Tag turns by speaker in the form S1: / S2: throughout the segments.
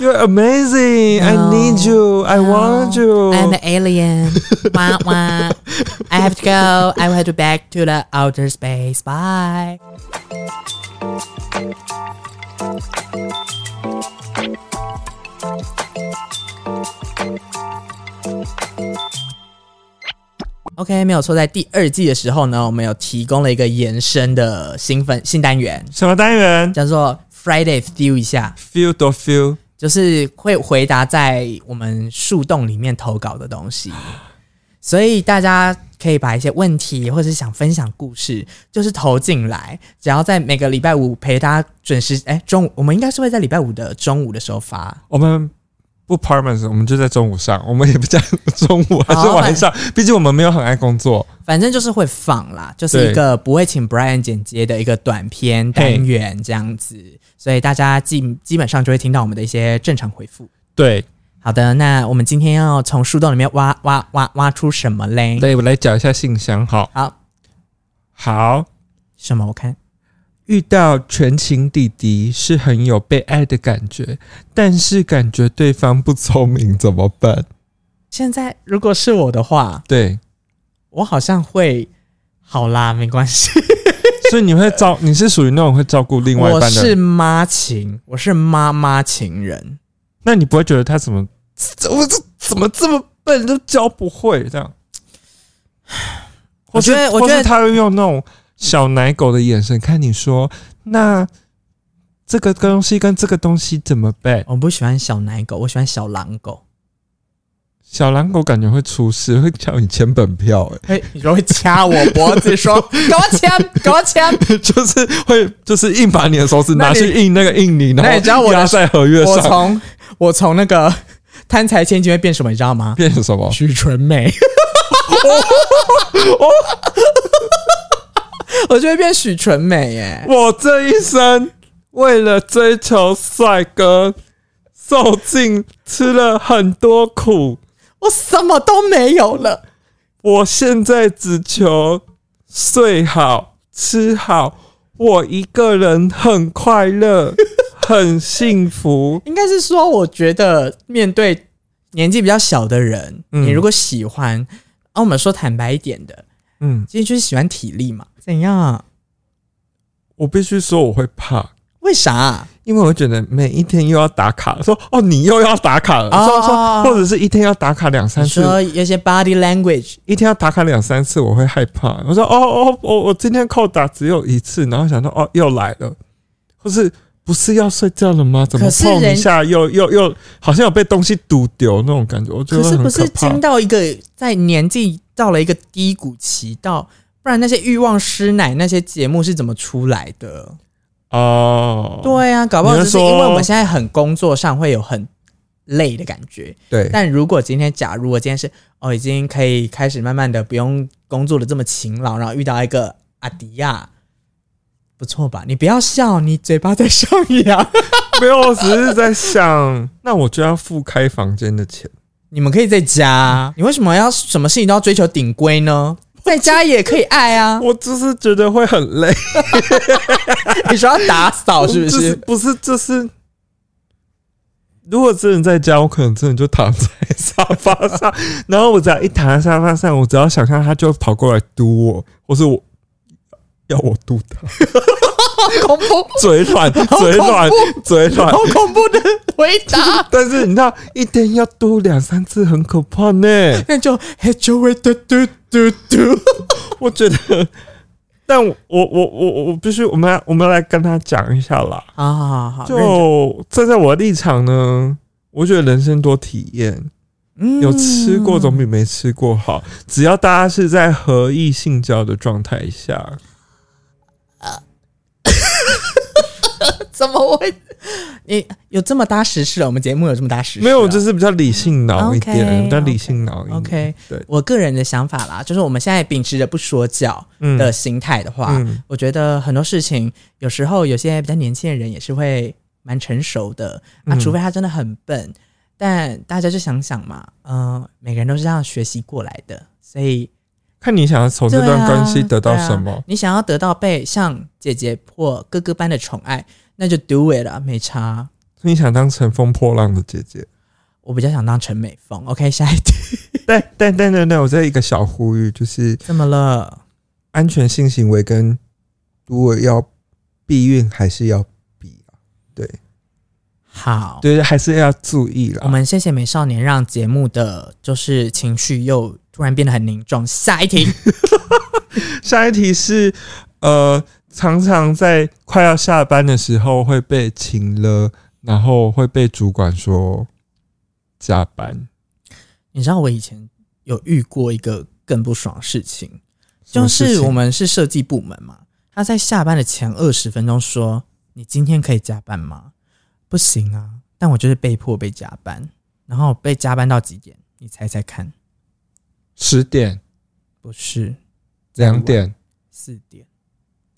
S1: You're amazing. I
S2: No,
S1: need you. I want you.
S2: I'm an alien. wah, wah. I have to go. I will have to back to the outer space. Bye. ，OK，没有错，在第二季的时候呢，我们有提供了一个延伸的新分新单元，
S1: 什么单元
S2: 叫做 Friday Feel 一下。
S1: ？Feel to feel。
S2: 就是会回答在我们树洞里面投稿的东西，所以大家可以把一些问题或者是想分享故事，就是投进来。只要在每个礼拜五陪大家准时，哎、中午我们应该是会在礼拜五的中午的时候发。
S1: 我们不 promise，我们就在中午上，我们也不在中午还是晚上，毕竟我们没有很爱工作。
S2: 反正就是会放啦，就是一个不会请 Brian 剪接的一个短片单元这样子，所以大家基基本上就会听到我们的一些正常回复。
S1: 对，
S2: 好的，那我们今天要从树洞里面挖挖挖挖出什么嘞？
S1: 对我来讲一下信箱，好
S2: 好，
S1: 好。
S2: 什么？我看
S1: 遇到全情弟弟是很有被爱的感觉，但是感觉对方不聪明怎么办？
S2: 现在如果是我的话，
S1: 对，
S2: 我好像会好啦，没关系。
S1: 所以你会照，你是属于那种会照顾另外一
S2: 我
S1: 半的
S2: 是
S1: 人，
S2: 妈情，我是妈妈情人。
S1: 那你不会觉得他怎么，这我这怎么这么笨都教不会这样？
S2: 我觉得
S1: 或是
S2: 我觉得
S1: 或是他会用那种小奶狗的眼神看你说，那这个东西跟这个东西怎么办？
S2: 我不喜欢小奶狗，我喜欢小狼狗。
S1: 小狼狗感觉会出事，会叫你签本票、欸，
S2: 哎，你就会掐我脖子说：“ 给我钱，给我钱
S1: 就是会就是硬把你的手指
S2: 那
S1: 拿
S2: 你
S1: 去印那个印泥，然
S2: 那你知道
S1: 后
S2: 我的
S1: 压在合！”约
S2: 我
S1: 上，
S2: 从我从那个贪财千金会变什么，你知道 吗？
S1: 变成什么？
S2: 许纯 美。 我就会变许纯美耶！
S1: 我这一生为了追求帅哥，受尽吃了很多苦。
S2: 我什么都没有了。
S1: 我现在只求睡好、吃好，我一个人很快乐，很幸福。
S2: 应该是说，我觉得面对年纪比较小的人，
S1: 嗯
S2: 你如果喜欢，啊，我们说坦白一点的，
S1: 嗯，
S2: 其实就是喜欢体力嘛。怎样啊？
S1: 我必须说我会怕。
S2: 为啥啊？
S1: 因为我觉得每一天又要打卡，说哦你又要打卡了，
S2: 哦
S1: 说说或者是一天要打卡两三
S2: 你
S1: 次，
S2: 说有些 body language，
S1: 一天要打卡两三次，我会害怕。我说哦哦，我我今天扣打只有一次，然后想到哦又来了，或是不是要睡觉了吗？怎么
S2: 可是
S1: 碰一
S2: 人
S1: 下又又又好像有被东西堵丢那种感觉，我觉得
S2: 可是
S1: 很
S2: 不是
S1: 怕
S2: 经。到一个在年纪到了一个低谷期，到不然那些欲望师奶那些节目是怎么出来的？
S1: 哦，
S2: 对啊，搞不好
S1: 你
S2: 只
S1: 是
S2: 是因为
S1: 说
S2: 我们现在很工作上会有很累的感觉，
S1: 对
S2: 但如果今天，假如我今天是哦，已经可以开始慢慢的不用工作的这么勤劳，然后遇到一个阿迪亚，不错吧？你不要笑，你嘴巴在上扬。
S1: 没有，我只是在想，那我就要付开房间的钱。
S2: 你们可以在家，你为什么要什么事情都要追求顶规 呢？在家也可以爱啊！
S1: 我就是觉得会很累，
S2: 你说要打扫哦是不？
S1: 就是 不是就是。如果真的在家，我可能真的就躺在沙发上， 然后我只要一躺在沙发上，我只要想象他就跑过来嘟我，或是我要我嘟他，
S2: 恐怖，
S1: 嘴 软，嘴软，嘴软
S2: 好。恐怖 的回答。
S1: 但是你知道，一天要嘟两三次很可怕呢。
S2: 那就嘿就会嘟嘟嘟嘟，
S1: 我觉得，但我我我我我必须，我们来我们来跟他讲一下啦。
S2: 好好啊好
S1: 啊
S2: 好，认真
S1: 就站在我的立场呢，我觉得人生多体验，
S2: 嗯
S1: 有吃过总比没吃过好。只要大家是在合意性交的状态下，
S2: 怎么会？你有这么搭时事啊？我们节目有这么搭时事啊、
S1: 没有就是比较理性脑一点，
S2: OK，
S1: 比较理性脑一点。
S2: OK
S1: 对，
S2: 我个人的想法啦，就是我们现在秉持着不说教
S1: 嗯
S2: 的心态的话，
S1: 嗯
S2: 我觉得很多事情有时候有些比较年轻的人也是会蛮成熟的啊，
S1: 嗯
S2: 除非他真的很笨。但大家就想想嘛，嗯、每个人都是这样学习过来的，所以
S1: 看你想要从这
S2: 对
S1: 段
S2: 啊
S1: 关系得到
S2: 对啊
S1: 什么。
S2: 你想要得到被像姐姐或哥哥般的宠爱，那就 do it 了，没差。
S1: 所以你想当乘风破浪的姐 姐？
S2: 我比较想当陈美凤。OK，下一题
S1: 但但但但但，我在一个小呼吁，就是
S2: 怎么了？
S1: 安全性行为跟如果要避孕还是要避啊，对
S2: 好，
S1: 对，还是要注意
S2: 我
S1: 啦。
S2: 们谢谢美少年，让节目的就是情绪又突然变得很凝重。下一题，
S1: 下一题是呃，常常在快要下班的时候会被请了，然后会被主管说加班，
S2: 你知道我以前有遇过一个更不爽的事情，
S1: 什
S2: 就
S1: 么事
S2: 是
S1: 情
S2: 我们是设计部门嘛，他在下班的前二十分钟说：“你今天可以加班吗？”不行啊，但我就是被迫被加班，然后被加班到几点？你猜猜看？
S1: 十点
S2: 不是
S1: 两点，
S2: 四点，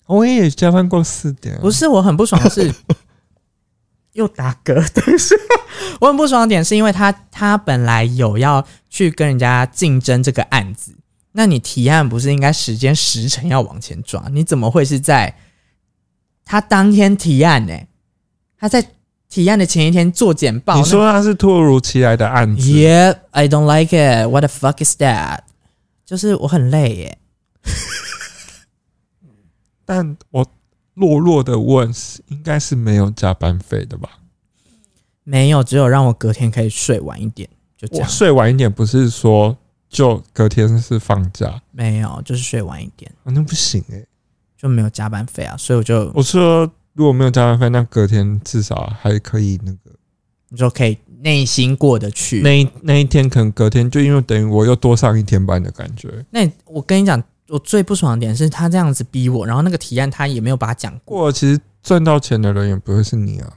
S1: 我也加班过四点、啊，
S2: 不是我很不爽的 是又打嗝，但是 我很不爽的点是因为他他本来有要去跟人家竞争这个案子，那你提案不是应该时间时辰要往前抓？你怎么会是在他当天提案呢、他在提案的前一天做简报，
S1: 啊你说他是突如其来的案
S2: 那
S1: 子
S2: Yeah, I don't like it. What the fuck is that？就是我很累耶，
S1: 但我弱弱的问，是应该是没有加班费的吧？
S2: 没有，只有让我隔天可以睡晚一点，就这
S1: 我
S2: 样。
S1: 睡晚一点，不是说就隔天是放假，啊
S2: 没有，就是睡晚一点，
S1: 哦那不行欸诶、
S2: 就没有加班费啊，所以我就
S1: 我说如果没有加班费，那隔天至少还可以那个
S2: 你就可以内心过得去。
S1: 那一那一天，可能隔天就因为等于我又多上一天班的感觉。
S2: 那你我跟你讲，我最不爽的点是他这样子逼我，然后那个提案他也没有把它讲过
S1: 过了其实赚到钱的人也不会是你啊。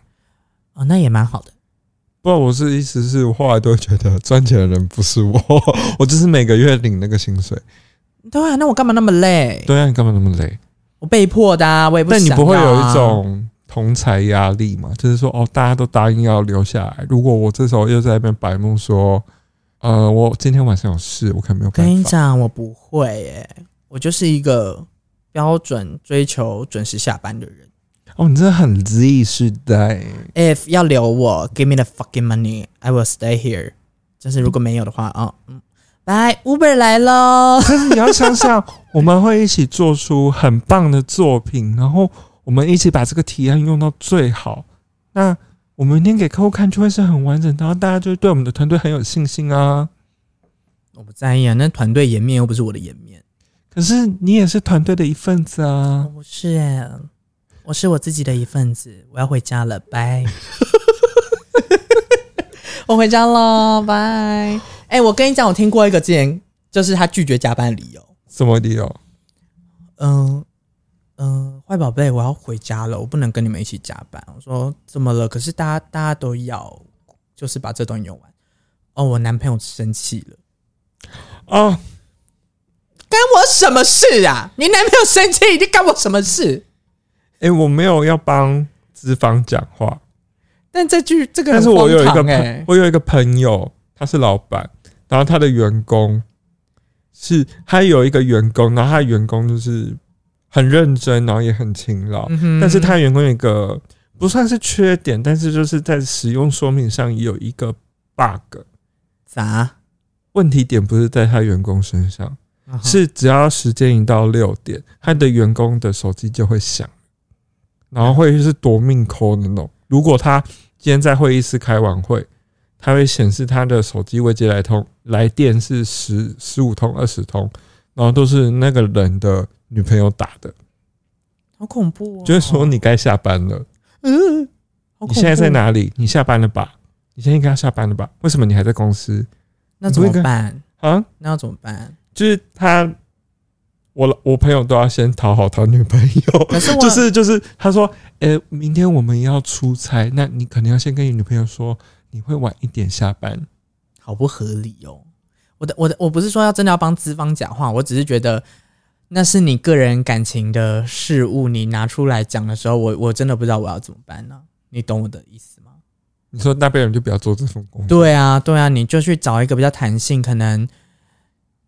S2: 哦，那也蛮好的。
S1: 不，我是意思是，我后来都觉得赚钱的人不是我， 我就是每个月领那个薪水。
S2: 对啊，那我干嘛那么累？
S1: 对啊，你干嘛那么累？
S2: 我被迫的、啊，我也不、
S1: 但你不会有一，种同财压力嘛？就是说，哦，大家都答应要留下来，如果我这时候又在那边白目说，呃，我今天晚上有事，我可能没有办
S2: 跟你
S1: 法。
S2: 讲，我不会耶、我就是一个标准追求准时下班的人。
S1: 哦，你真的很 Z 世代，
S2: If 要留我，give me the fucking money, I will stay here。就是如果没有的话啊、哦，嗯，拜，Uber 来喽。
S1: 可是你要想想，我们会一起做出很棒的作品，然后我们一起把这个提案用到最好。那我们明天给客户看就会是很完整的，然后大家就会对我们的团队很有信心啊。
S2: 我不在意啊，那团队颜面又不是我的颜面。
S1: 可是你也是团队的一份子啊
S2: 我。不是欸，我是我自己的一份子。我要回家了， 拜。我回家了，拜。哎、我跟你讲，我听过一个之前就是他拒绝加班的理由。
S1: 什么理由？
S2: 嗯嗯，坏宝贝，我要回家了，我不能跟你们一起加班。我说怎么了？可是大家大家都要，就是把这东西用完。哦，我男朋友生气了，
S1: 哦，
S2: 干我什么事啊？你男朋友生气，你干我什么事？
S1: 哎、我没有要帮资方讲话，
S2: 但这句这个
S1: 但
S2: 很
S1: 是我有一个
S2: 荒唐
S1: 朋，
S2: 欸
S1: 我有一个朋友，他是老板，然后他的员工是他有一个员工，然后他的员工就是很认真，然后也很勤劳，
S2: 嗯哼
S1: 但是他的员工有一个不算是缺点，但是就是在使用说明上有一个 bug，
S2: 咋？
S1: 问题点不是在他员工身上，是只要时间一到六点，他的员工的手机就会响，然后会是夺命 call 的那种。如果他今天在会议室开完会，他会显示他的手机未接来通来电是十十五通二十通，然后都是那个人的女朋友打的，
S2: 好恐怖哦！
S1: 就是说，你该下班了，
S2: 嗯，好恐
S1: 你
S2: 怖
S1: 现在在？哪里？你下班了吧？你现在应该要下班了吧？为什么你还在公司
S2: 那怎么办？
S1: 啊？
S2: 那要怎么办？
S1: 就是他，我老我朋友都要先讨好他女朋友，
S2: 可是我
S1: 就是就是，他说，诶，明天我们要出差，那你可能要先跟你女朋友说，你会晚一点下班。
S2: 好不合理哦。我的我的我不是说要真的要帮资方讲话，我只是觉得那是你个人感情的事物，你拿出来讲的时候，我我真的不知道我要怎么办呢、你懂我的意思吗？
S1: 你说那边人就不要做这份工作，
S2: 对啊，对啊，你就去找一个比较弹性，可能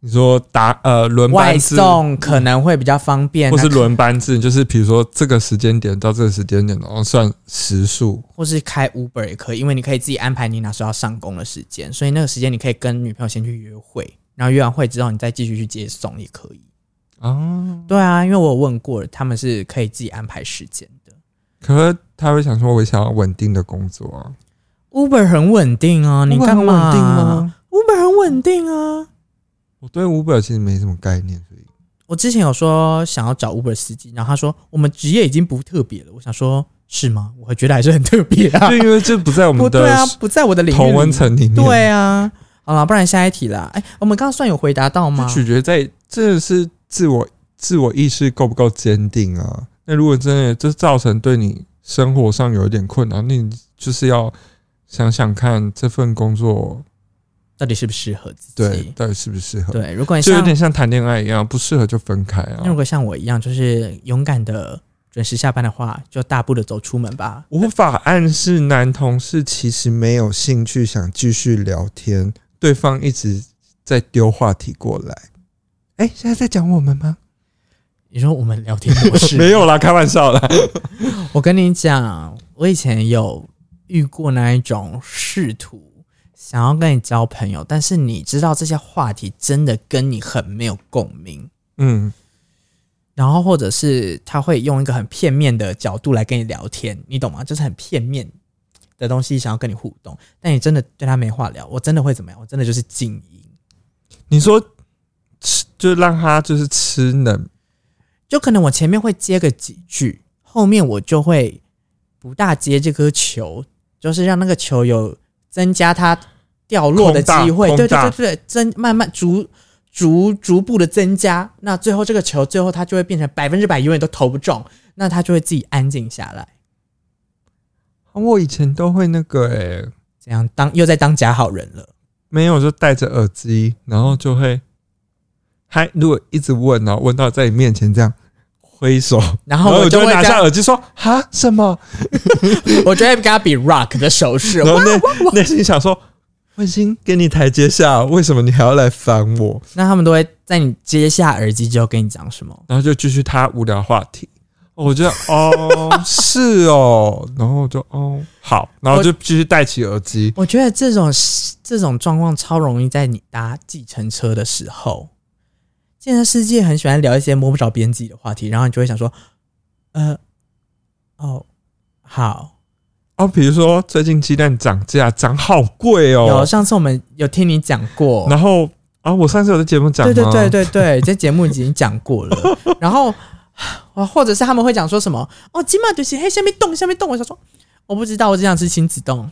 S1: 你说打呃轮
S2: 外
S1: 班制，嗯
S2: 送可能会比较方便，
S1: 或是
S2: 那
S1: 轮班制，就是比如说这个时间点到这个时间点，然后算时数。
S2: 或是开 Uber 也可以，因为你可以自己安排你哪时候要上工的时间，所以那个时间你可以跟女朋友先去约会，然后约完会之后你再继续去接送也可以。
S1: 哦，
S2: 对啊，因为我有问过，他们是可以自己安排时间的。
S1: 可是他会想说，我想要稳定的工作啊，
S2: Uber 很稳定啊，你
S1: Uber
S2: 干
S1: 很
S2: 嘛？
S1: 稳定吗？
S2: Uber 很稳定啊。
S1: 我对 Uber 其实没什么概念，所以
S2: 我之前有说想要找 Uber 司机，然后他说我们职业已经不特别了。我想说，是吗？我觉得还是很特别啊
S1: 就。因为这不在我
S2: 不
S1: 们
S2: 对
S1: 的
S2: 啊，不在我的领域里
S1: 同温层里面，
S2: 对啊，好了，不然下一题啦。哎、我们刚刚算有回答到
S1: 就
S2: 吗？
S1: 取决在这是自我自我意识够不够坚定啊。那如果真的这造成对你生活上有一点困难，那你就是要想想看这份工作
S2: 到底适不适合自己？
S1: 对到底适不适合，
S2: 对如果你
S1: 就有
S2: 像
S1: 点像谈恋爱一样，不适合就分开啊
S2: 那。如果像我一样，就是勇敢的准时下班的话，就大步的走出门吧。
S1: 无法暗示男同事其实没有兴趣想继续聊天，对方一直在丢话题过来。哎、现在在讲我们吗？
S2: 你说我们聊天模式
S1: 没有啦，开玩笑啦。
S2: 我跟你讲，我以前有遇过那一种试图想要跟你交朋友，但是你知道这些话题真的跟你很没有共鸣，
S1: 嗯，
S2: 然后或者是他会用一个很片面的角度来跟你聊天，你懂吗？就是很片面的东西想要跟你互动，但你真的对他没话聊，我真的会怎么样？我真的就是静音，
S1: 你说吃，就让他就是吃冷，
S2: 就可能我前面会接个几句，后面我就会不大接这颗球，就是让那个球有增加它掉落的机会。
S1: 空大空
S2: 对对
S1: 大
S2: 对对，增慢慢逐逐逐步的增加，那最后这个球最后它就会变成百分之百永远都投不中，那它就会自己安静下来。
S1: 我以前都会那个诶、
S2: 这样当又在当假好人了，
S1: 没有就戴着耳机，然后就会还如果一直问然后问到在你面前这样挥手，
S2: 然
S1: 然
S2: 后我
S1: 我
S2: 就
S1: 会
S2: 会
S1: 拿
S2: 这
S1: 下
S2: 样，
S1: 耳机说哈什么，
S2: 我就会跟他比 rock 的手势
S1: 然。后内内心想说。我已经给你台阶下，为什么你还要来烦我？
S2: 那他们都会在你接下耳机之后跟你讲什么？
S1: 然后就继续他无聊话题。我觉得哦，是哦，然后我就哦好，然后就继续戴起耳机。
S2: 我觉得这种这种状况超容易在你搭计程车的时候，健身世界很喜欢聊一些摸不着边际的话题，然后你就会想说，呃，哦，好，
S1: 哦，比如说最近鸡蛋涨价，涨好贵
S2: 有
S1: 哦。
S2: 上次我们有听你讲过，
S1: 然后啊，我上次有哦在节目讲吗，
S2: 对对对对对， 这节目已经讲 过了，然后啊或者是他们会讲说什么，哦，金马就是黑下面动下面动，我想说我不知道，我只想吃亲子冻，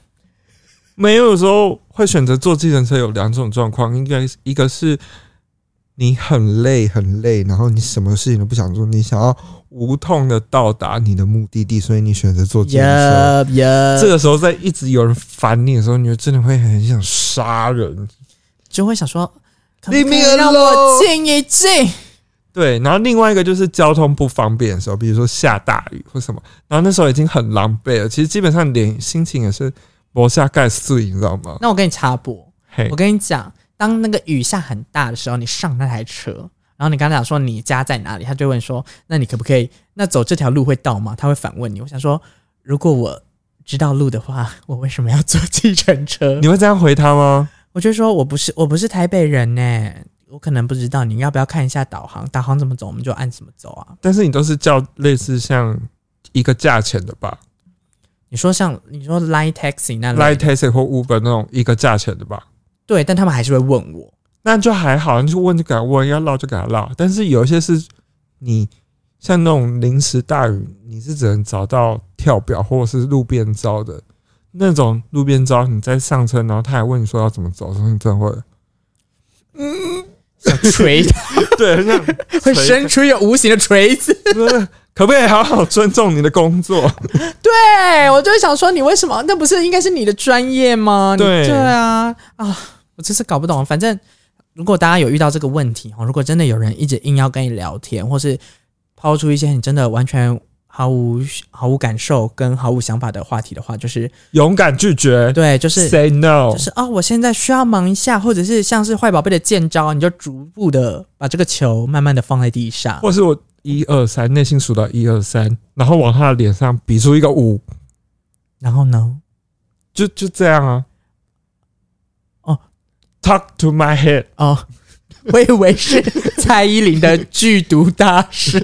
S1: 没有有时候会选择坐计程车有两种状况，应该是一个是你很累很累，然后你什么事情都不想做，你想要无痛的到达你的目的地，所以你选择坐计程车。
S2: 耶耶，
S1: 这个时候，在一直有人烦你的时候，你就真的会很想杀人。
S2: 就会想说，可不
S1: Leave
S2: 可
S1: me
S2: 以让我
S1: alone
S2: 静一静？
S1: 对，然后另外一个就是交通不方便的时候，比如说下大雨或什么，然后那时候已经很狼狈了，其实基本上连心情也是磨下盖碎，你知道吗？
S2: 那我跟你插播，
S1: 嘿
S2: 我，跟你讲，当那个雨下很大的时候，你上那台车，然后你刚才讲说你家在哪里，他就会问说，那你可不可以？那走这条路会到吗？他会反问你。我想说，如果我知道路的话，我为什么要坐计程车
S1: 你？会这样回他吗？
S2: 我就说我不是我不是台北人呢、我可能不知道，你要不要看一下导航？导航怎么走，我们就按什么走啊？
S1: 但是你都是叫类似像一个价钱的吧
S2: 你说像你说 Line Taxi 那
S1: ，Light
S2: 类
S1: Taxi 或 Uber 那种一个价钱的吧，
S2: 对，但他们还是会问我。
S1: 那就还好，你就问就给他问，要唠就给他唠。但是有一些是你像那种临时大雨，你是只能找到跳表或者是路边招的那种路边招，你在上车，然后他还问你说要怎么走，的时候，你真的会
S2: 想锤他，
S1: 对，很像
S2: 会伸出一个无形的锤子。
S1: 就是可不可以好好尊重你的工作？
S2: 对，我就会想说，你为什么？那不是应该是你的专业吗？你
S1: 对
S2: 对啊，啊，我真是搞不懂。反正如果大家有遇到这个问题哦，如果真的有人一直硬要跟你聊天，或是抛出一些你真的完全毫无毫无感受跟毫无想法的话题的话，就是
S1: 勇敢拒绝，
S2: 对，就是
S1: say no，
S2: 就是哦，我现在需要忙一下，或者是像是坏宝贝的剑招，你就逐步的把这个球慢慢的放在地上，
S1: 或是我一二三，内心数到一二三，然后往他的脸上比出一个五，
S2: 然后呢，
S1: 就就这样啊。
S2: 哦
S1: ，Talk to my head，
S2: 哦，我以为是蔡依林的剧毒大师，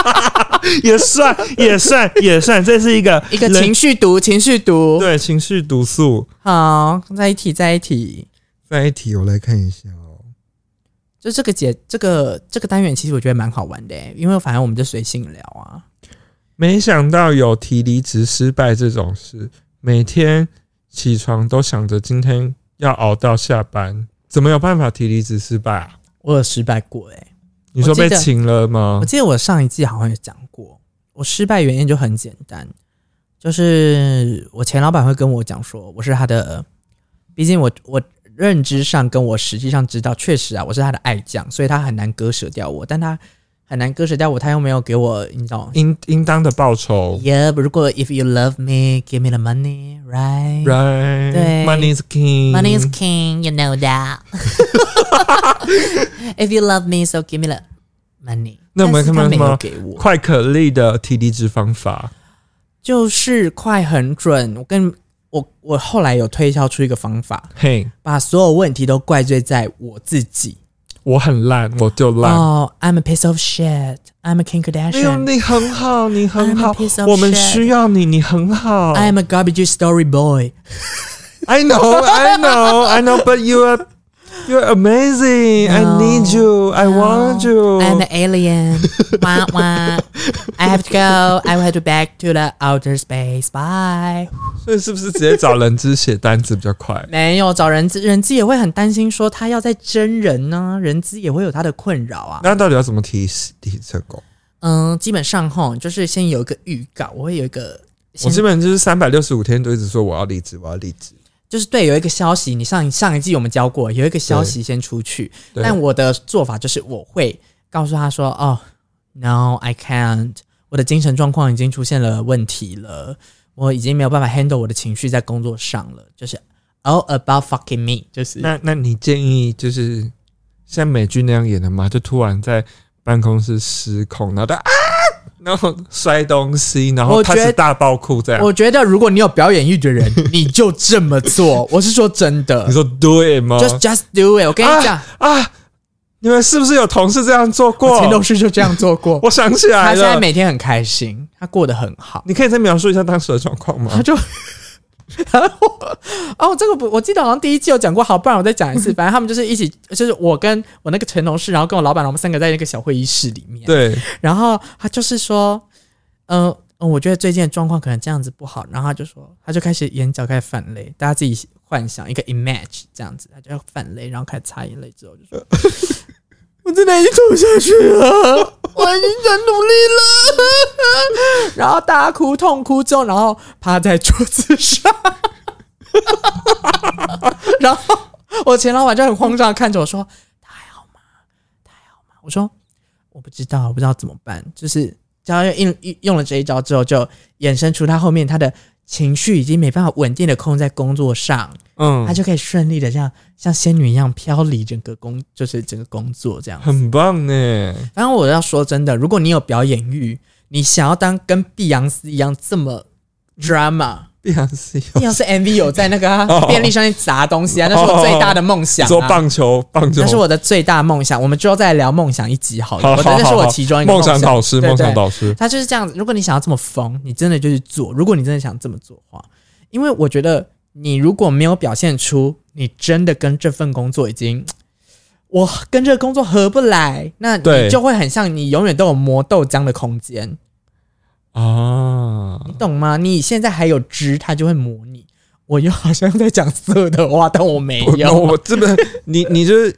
S1: 也算也算 也算，这是一个
S2: 一个
S1: 人
S2: 情绪毒，情绪毒。
S1: 对情绪毒素。
S2: 好，在一起，在一起。
S1: 再一题，我来看一下哦。
S2: 就这个节，这个这个单元，其实我觉得蛮好玩的、欸因为反正我们就随性聊啊。
S1: 没想到有提离职失败这种事，每天起床都想着今天要熬到下班，怎么有办法提离职失败啊？
S2: 我有失败过、欸，
S1: 你说
S2: 我记
S1: 被
S2: 得
S1: 请了吗
S2: 我？记得我上一季好像有讲过，我失败原因就很简单，就是我前老板会跟我讲说我是他的，毕竟我我认知上跟我实际上知道，确实啊，我是他的爱将，所以他很难割舍掉我，但他很难割舍掉我，他又没有给我，你懂
S1: 应应当的报酬
S2: Yeah，如果 if you love me, give me the money, right?
S1: ，right？
S2: 对
S1: m o n e y is king。
S2: Money is king, you know that. if you love me, so give me the money.
S1: 那我们
S2: 但是
S1: 看到
S2: 他没
S1: 什么
S2: 有给我？
S1: 快可立的提离职方法，
S2: 就是快很准。我跟我我后来有推销出一个方法，
S1: 嘿，
S2: 把所有问题都怪罪在我自己。
S1: 我很烂，我就烂。
S2: 哦、i m a piece of shit. I'm a Kim
S1: 没有，
S2: Kardashian.
S1: 你很好，你很
S2: I'm
S1: 好
S2: a piece，of
S1: 我们
S2: shit
S1: 需要你，你很好。
S2: I'm a garbage story boy.
S1: I know, I know, I know, but you are you're amazing. I
S2: No,
S1: need you. I want you.
S2: I'm an alien. wah, wah. I have to go. I have to back to the outer space. Bye.？
S1: 所以是不是直接找人资写单子比较快
S2: 没有找人资，人资也会很担心，说他要在真人呢、人资也会有他的困扰啊。
S1: 那到底要怎么提提成功？
S2: 嗯，基本上吼，就是先有一个预告，我会有一个
S1: 我
S2: 先
S1: 基本上就是三百六十五天都一直说我要离职，我要离职。
S2: 就是对，有一个消息，你上上一季我们教过，有一个消息先出去。
S1: 对
S2: 但我的做法就是，我会告诉他说：“哦，No, I can't，我的精神状况已经出现了问题了，我已经没有办法 handle 我的情绪在工作上了。”就是 all about fucking me，就是
S1: 那那你建议就是像美剧那样演的吗？就突然在办公室失控，然后就啊，然后摔东西，然后
S2: 我觉
S1: 开
S2: 得
S1: 始大爆哭这样。
S2: 我觉得如果你有表演欲的人，你就这么做。 我是说真的
S1: 你说对吗？
S2: ，just just do it。我跟你讲，
S1: 啊，你们是不是有同事这样做过
S2: 我？前同事就这样做过。
S1: 我想起
S2: 他
S1: 来
S2: 现在
S1: 了，
S2: 每天很开心，他过得很好。
S1: 你可以再描述一下当时的状况吗
S2: 他？就，然后哦，这个不，我记得好像第一季有讲过，好，不然我再讲一次。反正他们就是一起，就是我跟我那个陈同事，然后跟我老板，然后我们三个在那个小会议室里面。，
S1: 对，
S2: 然后他就是说，嗯、呃、嗯，我觉得最近的状况可能这样子不好，然后他就说，他就开始眼角开始泛泪，大家自己幻想一个 image 这样子，他就要泛泪，然后开始擦眼泪之后就说，我真的已经走不下去了，我已经很努力了，然后大家哭痛哭之后，然后趴在桌子上，然后我前老板就很慌张的看着我说，他还好吗？他还好吗？我说。我不知道，我不知道怎么办。就是他用用用了这一招之后，就衍生出他后面他的情绪已经没办法稳定的控在工作上，
S1: 嗯
S2: 他，就可以顺利的像像仙女一样飘离整个工，就是整个工作这样。
S1: 很棒呢。
S2: 然后我要说真的，如果你有表演欲，你想要当跟碧昂斯一样这么 drama。
S1: 碧昂斯有
S2: 碧昂斯 MV 有在那个啊、
S1: 嗯 哦
S2: 便利商店砸东西啊，那是我最大的梦想、啊。
S1: 做棒球，棒球
S2: 那是我的最大梦想。我们之后再聊梦想一集好了，
S1: 好
S2: 我
S1: 好
S2: 的那是
S1: 好
S2: 我
S1: 好
S2: 其中一个
S1: 梦想
S2: 想
S1: 导师，
S2: 对
S1: 梦想
S2: 对
S1: 导师。
S2: 他就是这样子。如果你想要这么疯，你真的就去做；如果你真的想这么做的话，因为我觉得你如果没有表现出你真的跟这份工作已经，我跟这个工作合不来，那
S1: 对
S2: 你就会很像你永远都有磨豆浆的空间，
S1: 啊，
S2: 你懂吗？你现在还有汁，它就会磨你。我又好像在讲色的话，但我没
S1: 我
S2: 有。
S1: 我这个你你就是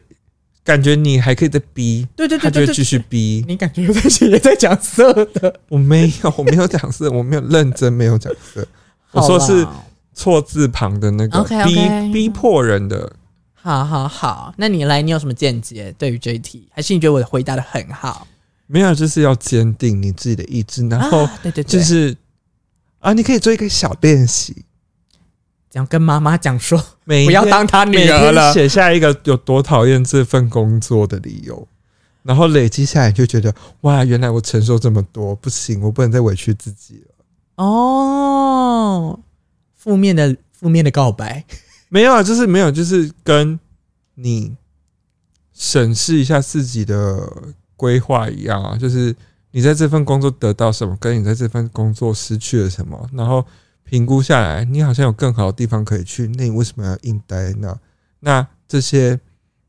S1: 感觉你还可以再逼，
S2: 对对
S1: 他就
S2: 对对
S1: 会继
S2: 对，
S1: 续逼。
S2: 你感觉在 也在讲色的。
S1: 我没有，我没有讲色，我没有认真，没有讲色。我说是
S2: 好啦
S1: 错字旁的那个
S2: OK，OK
S1: 逼逼迫人的，
S2: 好好好，那你来，你有什么见解对于这一题？还是你觉得我回答的很好？
S1: 没有，就是要坚定你自己的意志，然后
S2: 啊、对对对，
S1: 就是啊，你可以做一个小练习，
S2: 这样跟妈妈讲 说，
S1: 每
S2: 不要
S1: 天
S2: 当他
S1: 每
S2: 女儿
S1: 天
S2: 了。
S1: 写下一个有多讨厌这份工作的理由，然后累积下来就觉得哇，原来我承受这么多，不行，我不能再委屈自己了。
S2: 哦，负面的负面的告白，
S1: 没有啊，就是没有，就是跟你审视一下自己的规划一样啊，就是你在这份工作得到什么，跟你在这份工作失去了什么，然后评估下来，你好像有更好的地方可以去，那你为什么要硬待呢？那这些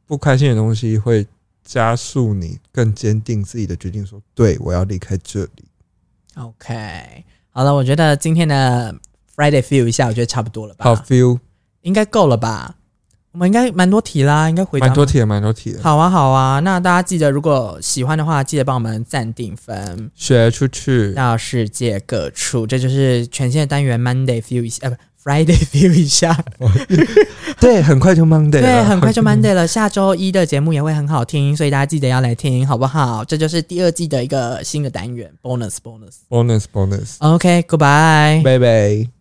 S1: 不开心的东西会加速你更坚定自己的决定说对我要离开这里。
S2: OK，好了，我觉得今天的 Friday feel 一下，我觉得差不多了吧，
S1: 好，feel
S2: 应该够了吧？我们应该蛮多题啦，应该回答
S1: 蛮多题的，蛮多题的，
S2: 好啊，好啊，那大家记得，如果喜欢的话，记得帮我们暂定分
S1: 学出 去，
S2: 到世界各处。这就是全新的单元 Monday View 一下，呃、不 Friday View 一下。
S1: 对，很快就 Monday
S2: 对，
S1: 了，
S2: 很快就 Monday 了，下周一的节目也会很好听，所以大家记得要来听，好不好？这就是第二季的一个新的单元，bonus bonus。
S1: bonus bonus。
S2: OK，goodbye、
S1: 拜拜。